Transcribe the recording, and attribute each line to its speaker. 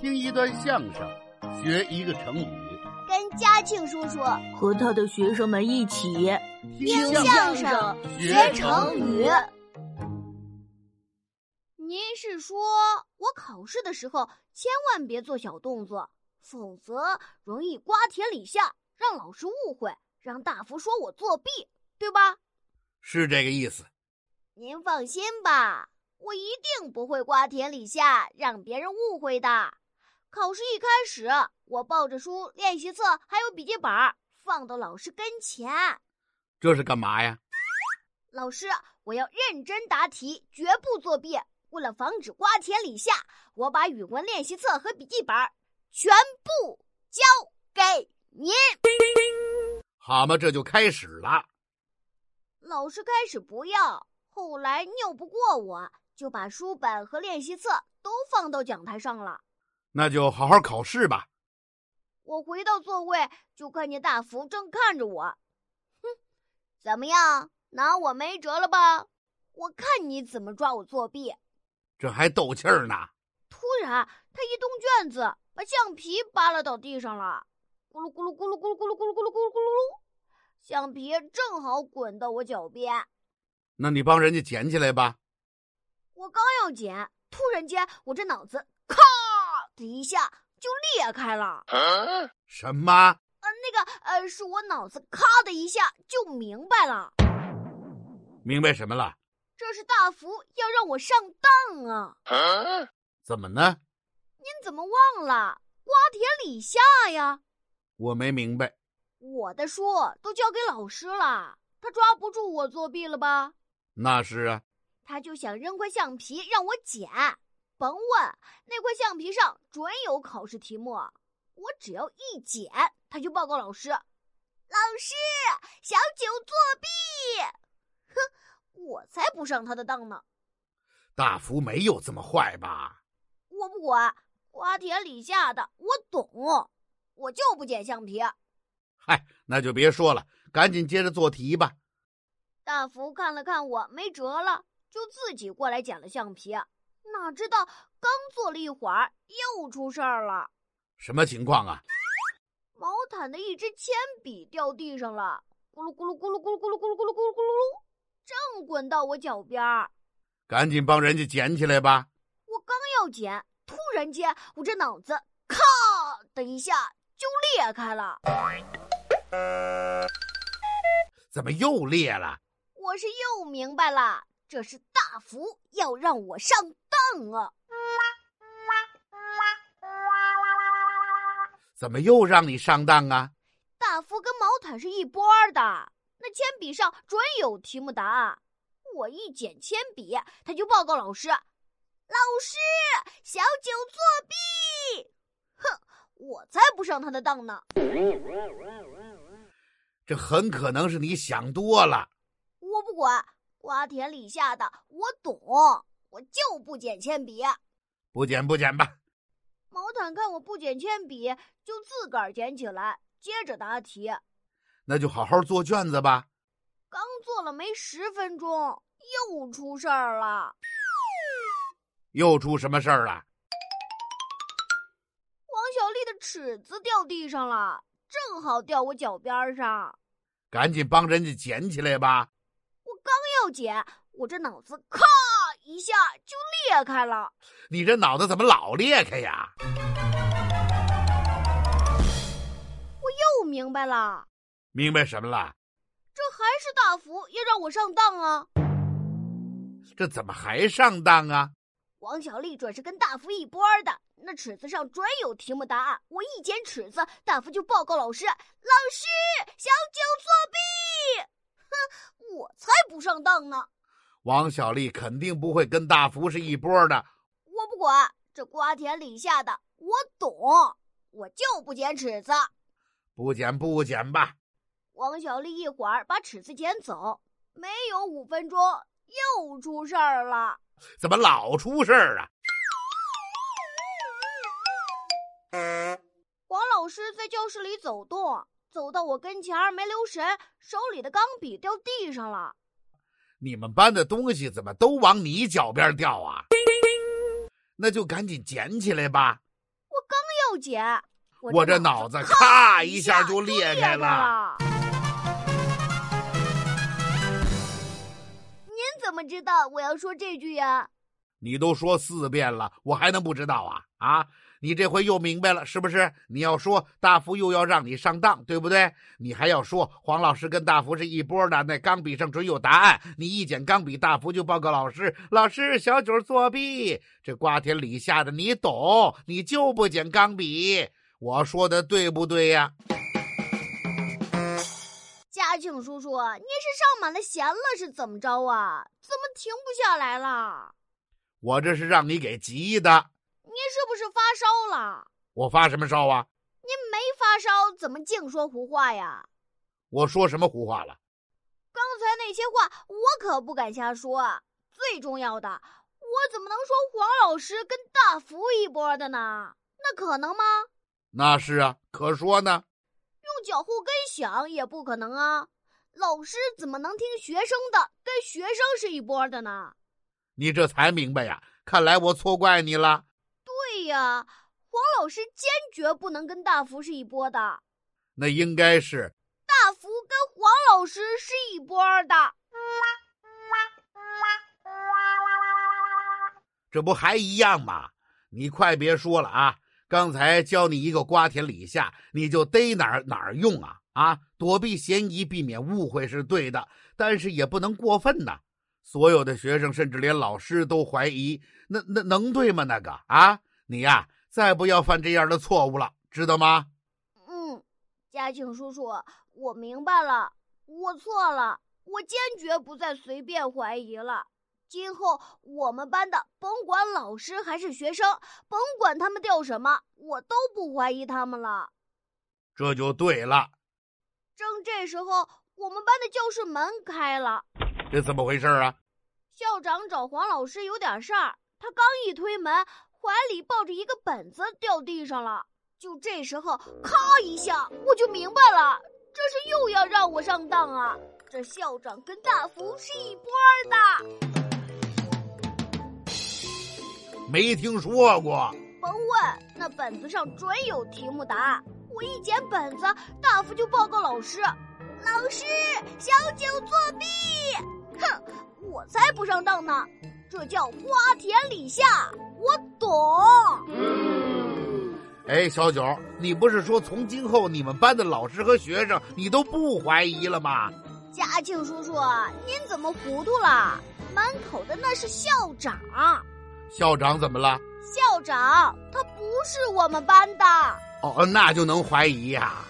Speaker 1: 听一段相声，学一个成语，
Speaker 2: 跟嘉庆叔叔
Speaker 3: 和他的学生们一起。
Speaker 1: 听
Speaker 2: 相声
Speaker 1: 学
Speaker 2: 成
Speaker 1: 成
Speaker 2: 语
Speaker 1: 语。
Speaker 2: 您是说我考试的时候千万别做小动作，否则容易瓜田李下，让老师误会，让大福说我作弊，对吧？
Speaker 1: 是这个意思。
Speaker 2: 您放心吧，我一定不会瓜田李下，让别人误会的。考试一开始，我抱着书、练习册还有笔记本儿放到老师跟前。
Speaker 1: 这是干嘛呀？
Speaker 2: 老师，啊我要认真答题，绝不作弊。为了防止瓜田李下，我把语文练习册和笔记本儿全部交给您。
Speaker 1: 好嘛，这就开始了。
Speaker 2: 老师开始不要，后来拗不过我，就把书本和练习册都放到讲台上了。
Speaker 1: 那就好好考试吧。
Speaker 2: 我回到座位，就看见大福正看着我，哼，怎么样，拿我没辙了吧？我看你怎么抓我作弊！
Speaker 1: 这还斗气儿呢。
Speaker 2: 突然，他一动卷子，把橡皮扒拉到地上了，咕噜咕噜咕噜咕噜咕噜咕噜咕噜咕噜咕噜噜，橡皮正好滚到我脚边。
Speaker 1: 那你帮人家捡起来吧。
Speaker 2: 我刚要捡，突然间我这脑子咔的一下就裂开了。
Speaker 1: 什么？
Speaker 2: 呃，那个呃，是我脑子咔的一下就明白了，
Speaker 1: 明白什么了？
Speaker 2: 这是大福要让我上当啊！
Speaker 1: 怎么呢？
Speaker 2: 您怎么忘了瓜田李下呀？
Speaker 1: 我没明白。
Speaker 2: 我的书都交给老师了，他抓不住我作弊了吧？
Speaker 1: 那是啊，
Speaker 2: 他就想扔块橡皮让我捡，甭问，那块橡皮上准有考试题目，我只要一捡，他就报告老师。老师，小九作弊！哼，我才不上他的当呢！
Speaker 1: 大福没有这么坏吧？
Speaker 2: 我不管，瓜田李下的我懂，我就不捡橡皮。
Speaker 1: 嗨，那就别说了，赶紧接着做题吧。
Speaker 2: 大福看了看我，没辙了，就自己过来捡了橡皮。哪知道刚坐了一会儿，又出事儿了。
Speaker 1: 什么情况啊？
Speaker 2: 毛毯的一支铅笔掉地上了，咕噜咕噜咕噜咕噜咕噜咕噜咕噜咕噜咕噜噜，正滚到我脚边儿。
Speaker 1: 赶紧帮人家捡起来吧。
Speaker 2: 我刚要捡，突然间我这脑子咔的一下就裂开了。
Speaker 1: 怎么又裂了？
Speaker 2: 我是又明白了，这是大福要让我上当啊！
Speaker 1: 怎么又让你上当啊？
Speaker 2: 大福跟毛毯是一波儿的，那铅笔上准有题目答案。我一捡铅笔，他就报告老师：“老师，小九作弊！”哼，我才不上他的当呢！
Speaker 1: 这很可能是你想多了。
Speaker 2: 我不管，瓜田李下的我懂，我就不捡铅笔。
Speaker 1: 不捡不捡吧。
Speaker 2: 毛毯看我不捡铅笔，就自个儿捡起来，接着答题。
Speaker 1: 那就好好做卷子吧。
Speaker 2: 刚做了没十分钟，又出事儿了。
Speaker 1: 又出什么事儿了？
Speaker 2: 王小丽的尺子掉地上了，正好掉我脚边儿上。
Speaker 1: 赶紧帮人家捡起来吧。
Speaker 2: 要捡，哎我这脑子咔一下就裂开了。
Speaker 1: 你这脑袋怎么老裂开呀？
Speaker 2: 又明白了，
Speaker 1: 明白什么了？
Speaker 2: 这还是大福要让我上当啊！
Speaker 1: 这怎么还上当啊？
Speaker 2: 王小丽准是跟大福一波儿的，那尺子上准有题目答案。我一捡尺子，大福就报告老师：“老师，小九作弊！”哼，我才不上当呢！
Speaker 1: 王小丽肯定不会跟大福是一波的。
Speaker 2: 我不管，这瓜田李下的我懂，我就不捡尺子。
Speaker 1: 不捡不捡吧。
Speaker 2: 王小丽一会儿把尺子捡走，没有五分钟又出事儿了。
Speaker 1: 怎么老出事儿啊？
Speaker 2: 王老师在教室里走动，走到我跟前儿没留神，手里的钢笔掉地上了。
Speaker 1: 你们班的东西怎么都往你脚边掉啊？那就赶紧捡起来吧。
Speaker 2: 我有解，
Speaker 1: 我这脑子咔一下就裂
Speaker 2: 裂
Speaker 1: 开了。
Speaker 2: 了。您怎么知道我要说这句呀？
Speaker 1: 你都说四遍了，我还能不知道啊？啊，你这回又明白了是不是？你要说大福又要让你上当，对不对？你还要说黄老师跟大福是一波的，那钢笔上准有答案。你一捡钢笔，大福就报告老师，老师小九作弊，这瓜田李下的你懂，你就不捡钢笔。我说的对不对呀、
Speaker 2: 嘉庆叔叔，您是上满了弦了是怎么着啊？怎么停不下来了？
Speaker 1: 我这是让你给急的，
Speaker 2: 您是不是发烧了？
Speaker 1: 我发什么烧啊？
Speaker 2: 您没发烧，怎么净说胡话呀？
Speaker 1: 我说什么胡话了？
Speaker 2: 刚才那些话我可不敢瞎说。最重要的，我怎么能说黄老师跟大福一波的呢？那可能吗？
Speaker 1: 那是啊，可说呢。
Speaker 2: 用脚后跟想也不可能啊！老师怎么能听学生的，跟学生是一波的呢？
Speaker 1: 你这才明白呀？看来我错怪你了。
Speaker 2: 对呀，黄老师坚决不能跟大福是一波的，
Speaker 1: 那应该是
Speaker 2: 大福跟黄老师是一波的。
Speaker 1: 这不还一样吗？你快别说了啊！刚才教你一个瓜田李下，你就逮哪儿哪儿用啊啊！躲避嫌疑，避免误会是对的，但是也不能过分呐。所有的学生，甚至连老师都怀疑，那那能对吗？那个啊，你呀、再不要犯这样的错误了，知道吗？
Speaker 2: 嗯，嘉庆叔叔，我明白了，我错了，我坚决不再随便怀疑了。今后我们班的，甭管老师还是学生，甭管他们掉什么，我都不怀疑他们了。
Speaker 1: 这就对了，
Speaker 2: 正这时候，我们班的教室门开了，
Speaker 1: 这怎么回事啊？
Speaker 2: 校长找黄老师有点事儿，他刚一推门，怀里抱着一个本子掉地上了。就这时候，咔一下，我就明白了，这是又要让我上当啊！这校长跟大福是一波儿的。
Speaker 1: 没听说过。
Speaker 2: 甭问，那本子上准有题目答案。我一捡本子，大福就报告老师，老师，小九作弊！哼，我才不上当呢，这叫瓜田李下，我懂。
Speaker 1: 哎，小九，你不是说从今后你们班的老师和学生你都不怀疑了吗？
Speaker 2: 嘉庆叔叔，您怎么糊涂了？门口的那是校长，
Speaker 1: 校长怎么了？
Speaker 2: 校长他不是我们班的。
Speaker 1: 哦哦，那就能怀疑呀、